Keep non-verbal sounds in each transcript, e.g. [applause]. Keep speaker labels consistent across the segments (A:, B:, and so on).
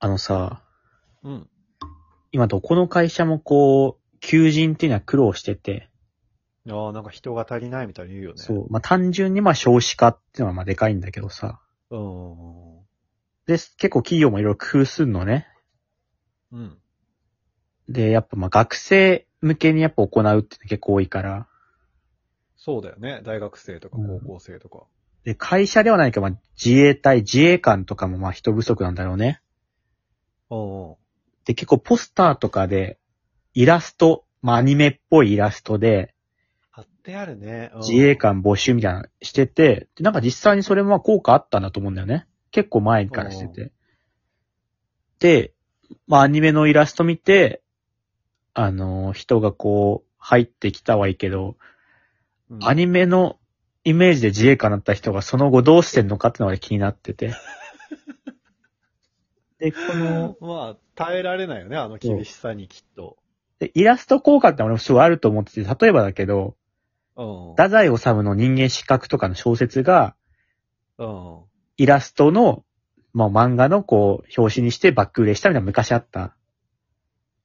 A: あのさ、
B: うん。
A: 今どこの会社もこう、求人っていうのは苦労してて、
B: ああ、なんか人が足りないみたいに言うよね。
A: そ。う、まあ、単純にまあ少子化っていうのはまあでかいんだけどさ、
B: うん。
A: で、結構企業もいろいろ工夫すんのね。
B: うん。
A: で、やっぱまあ学生向けにやっぱ行うっていうの結構多いから、
B: そうだよね。大学生とか
A: うん
B: 高校生とか。
A: で、会社ではないけどまあ自衛隊、自衛官とかもまあ人不足なんだろうね。
B: うん。うん
A: で、結構ポスターとかで、イラスト、まあアニメっぽいイラストで、
B: 貼ってあるね。うん
A: 自衛。官募集みたいなのしてて、でなんか実際にそれもまあ効果あったんだと思うんだよね。結構前からしてて。で、まあアニメのイラスト見て、あのー人がこう、入ってきたはいいけど、
B: うん
A: アニメのイメージで自衛官になった人がその後どうしてんのかってのが気になって
B: [laughs]
A: て。で、この、
B: まあ、耐えられないよね。あの厳しさにきっと。
A: でイラスト効果って俺もすごいあると思ってて、例えばだけど、
B: うん。
A: 太宰治の人間失格とかの小説が、
B: うん。
A: イラストの、まあ、漫画のこう、表紙にしてバック売れしたみたいなの昔あった。
B: あ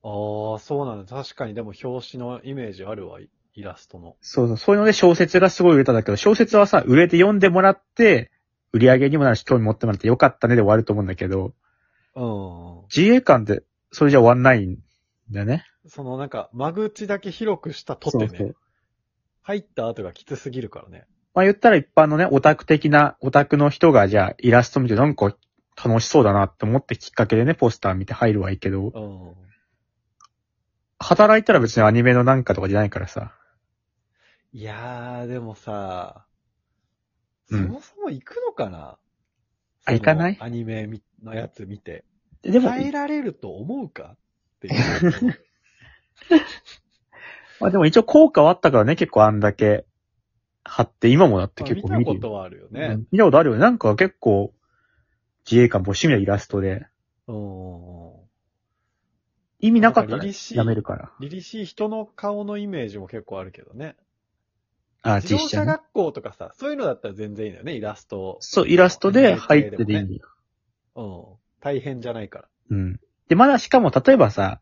B: あ、そうなんだ。確かに、でも表紙のイメージあるわ。イイラストの。
A: そうそう、そういうので小説がすごい売れたんだけど、小説はさ、売れて読んでもらって、売り上げにもなるし、興味持ってもらってよかったねで終わると思うんだけど、
B: う
A: 自衛官って、それじゃ終わんないんだよね。
B: ん。そのなんか、間口だけ広くしたとって
A: そうそ
B: ね
A: う。
B: 入った後がきつすぎるからね。
A: まあ言ったら一般のね、オタク的な、オタクの人がじゃあイラスト見てなんか楽しそうだなって思ってきっかけでね、ポスター見て入るはいいけど、
B: うん。
A: 働いたら別にアニメのなんかとかじゃないからさ。
B: いやー、でもさ、
A: う
B: そ
A: ん
B: もそも行くのかな、
A: あ
B: その
A: 行かない
B: アニメみのやつ見て。
A: ででも、
B: 耐えられると思うかっ
A: [laughs]
B: ていう。
A: まあでも一応効果はあったからね、結構あんだけ貼って、今もだって
B: まあ
A: 結
B: 見
A: 構
B: た
A: 見る
B: こ
A: よ
B: とはあるよ
A: う
B: ね
A: ん。見たことあるよね。なんか結構、自衛官募集みたいなイラストで、
B: うん。
A: 意味なかった
B: なんから凛々しい
A: やめるから。
B: 凛々しい人の顔のイメージも結構あるけどね。
A: あ、
B: 自
A: 実
B: 動
A: 写
B: 車
A: ね。
B: 学校とかさ、そういうのだったら全然いいんだよね、イラスト。
A: そう、イラストで入っ
B: アニメ系
A: てていい
B: も
A: ん
B: ね
A: だよ。
B: うん。大変じゃないから。
A: うん。で、まだしかも例えばさ、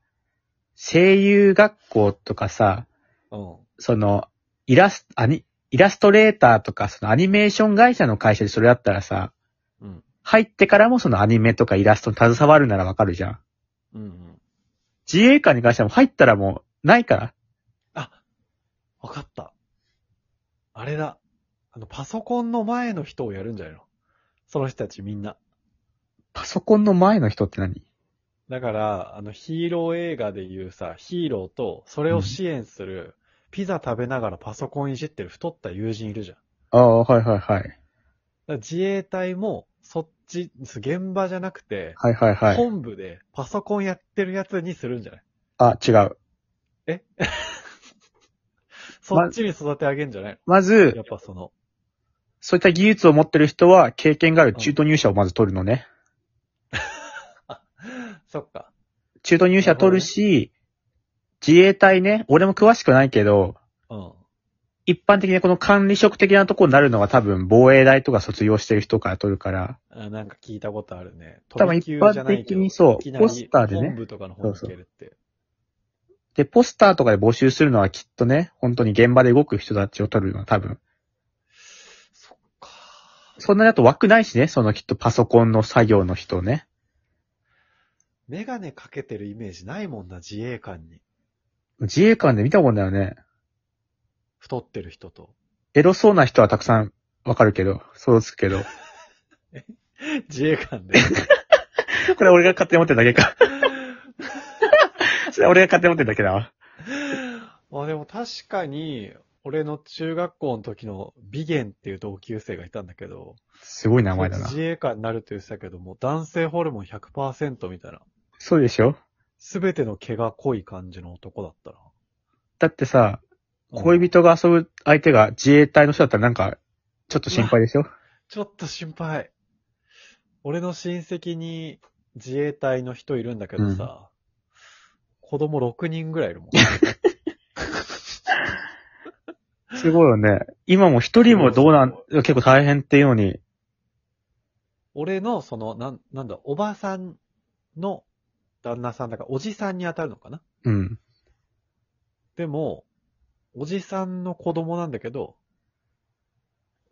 A: 声優学校とかさ、
B: うん。
A: その、イラスト、アニ、イラストレーターとか、そのアニメーション会社の会社でそれだったらさ、
B: うん。
A: 入ってからもそのアニメとかイラストに携わるならわかるじゃん。
B: うん、うん。
A: 自衛官に関してはもう入ったらもうないから。
B: あ、わかった。あれだ。あの、パソコンの前の人をやるんじゃないのその人たちみんな。
A: パソコンの前の人って何
B: だから、あの、ヒーロー映画でいうさ、ヒーローと、それを支援する、ピザ食べながらパソコンいじってる太った友人いるじゃん。だか
A: ああ、はいはいはい。
B: ら自衛隊も、そっち、現場じゃなくて、
A: はいはいはい。
B: 本部でパソコンやってるやつにするんじゃない
A: あ、違う。
B: そっちに育て上げんじゃない
A: ま
B: のや
A: ず
B: っ、ぱその、
A: そういった技術を持ってる人は、経験がある中途入社をまず取るのね。
B: そっか。
A: 中途入社取るし、自衛隊ね、俺も詳しくないけど、
B: うん。
A: 一般的にこの管理職的なところになるのは多分防衛大とか卒業してる人から取るから、
B: あなんか聞いたことあるね。
A: 多分
B: 飛び級じゃないけど
A: 一般的にそう
B: いきなり
A: ポスターでね
B: 本部とかの方に行けるって。
A: で、ポスターとかで募集するのはきっとね、本当に現場で動く人たちを取るのは多分。
B: そっか。
A: そんなにだと枠ないしね、そのきっとパソコンの作業の人をね。
B: メガネかけてるイメージないもんな、自衛官に。
A: 自衛官で見たもんだよね。
B: 太ってる人と。
A: エロそうな人はたくさんわかるけど、そうつくけど。
B: 自衛
A: [laughs]
B: 官で。
A: これ俺が勝手に持ってるだけ [laughs] か。それ俺が勝手に持ってるだけだわ。
B: まあでも確かに、俺の中学校の時のビゲンっていう同級生がいたんだけど、
A: すごい名前だな。
B: 自衛官になるって言ってたけども、男性ホルモン100%みたいな。
A: そうでしょ
B: すべての毛が濃い感じの男だったな。
A: だってさ、
B: うん
A: 恋人が遊ぶ相手が自衛隊の人だったらなんか、ちょっと心配でしょ
B: ちょっと心配。俺の親戚に自衛隊の人いるんだけどさ、子供6人ぐらいい
A: [laughs]
B: るもん。
A: すごいよね。今も一人もどうなん、結構大変っていうのに、
B: 俺のその、なん、なんだ、おばさんの旦那さんだから、おじさんに当たるのかな
A: うん。
B: でも、おじさんの子供なんだけど、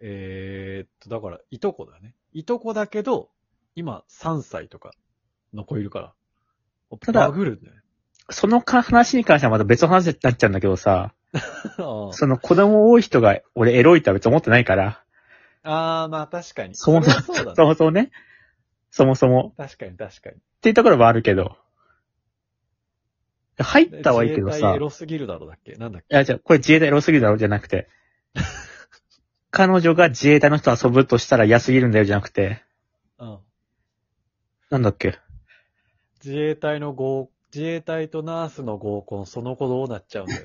B: えーっと、だから、いとこだね。いとこだけど、今3歳とかの子いるから。
A: ただ
B: バグるんだ
A: [laughs]
B: よね。
A: そのか話に関してはまた別の話になっちゃうんだけどさ、
B: あ
A: その子供多い人が俺エロいとは別に思ってないから、
B: あー、まあ確かに。
A: そもそ
B: れはそう
A: も、そもそも
B: だね。
A: ね、そもそも、
B: 確かに確 [laughs] かに。
A: っていうところもあるけど、入ったはいいけど
B: 自衛隊
A: さ
B: エ、ロすぎるだろうだっけなんだっ
A: い
B: け
A: や、じゃあこれ自衛隊エロすぎるだろじゃなく
B: [laughs]
A: て、彼女が自衛隊の人と遊ぶとしたら嫌すぎるんだよじゃなくて、
B: うん。
A: なんだっけ
B: 自衛隊の合、自衛隊とナースの合コン、その子どうなっちゃうんだよ。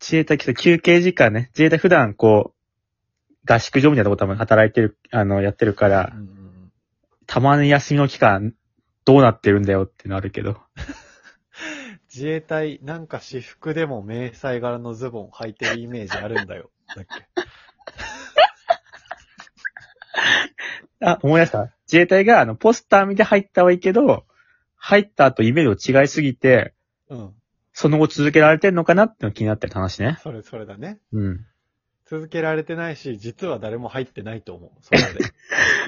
A: 自衛隊来て休憩時間ね、自衛隊普段こう、合宿所みたいなとこ多分働いてる、あの、やってるか
B: [laughs] う
A: ら
B: ん、うんうん
A: たまに休みの期間、どうなってるんだよってのあるけど。
B: 自衛隊、なんか私服でも迷彩柄のズボン履いてるイメージあるんだよ。だっけ
A: あ、思い出した。自衛隊が、あの、ポスター見て入ったはいいけど、入った後イメージを違いすぎて、
B: [laughs] うん。
A: その後続けられてんのかなっての気になってる話ね。
B: それ、それだね。
A: うん。
B: 続けられてないし、実は誰も入ってないと思う。それ [laughs] で。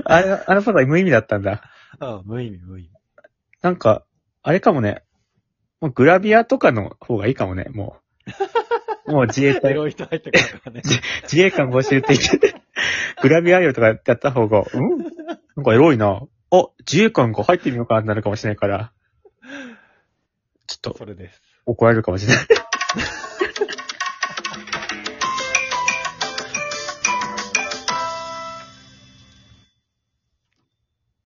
A: あれ、あのパパ無意味だったんだ。
B: うん、無意味、無 [laughs] 意味。
A: なんか、あれかもね。もうグラビアとかの方がいいかもね、もう。もう自衛
B: エ
A: 隊、
B: ロい人入ってくるからね。
A: 自衛官募集って言って、グラビアアイドルとかやった方が、うんなんかエロいな。あ、自衛官が入ってみようかってなるかもしれないから。ちょっと
B: [laughs] それです。
A: 怒られるかもしれない。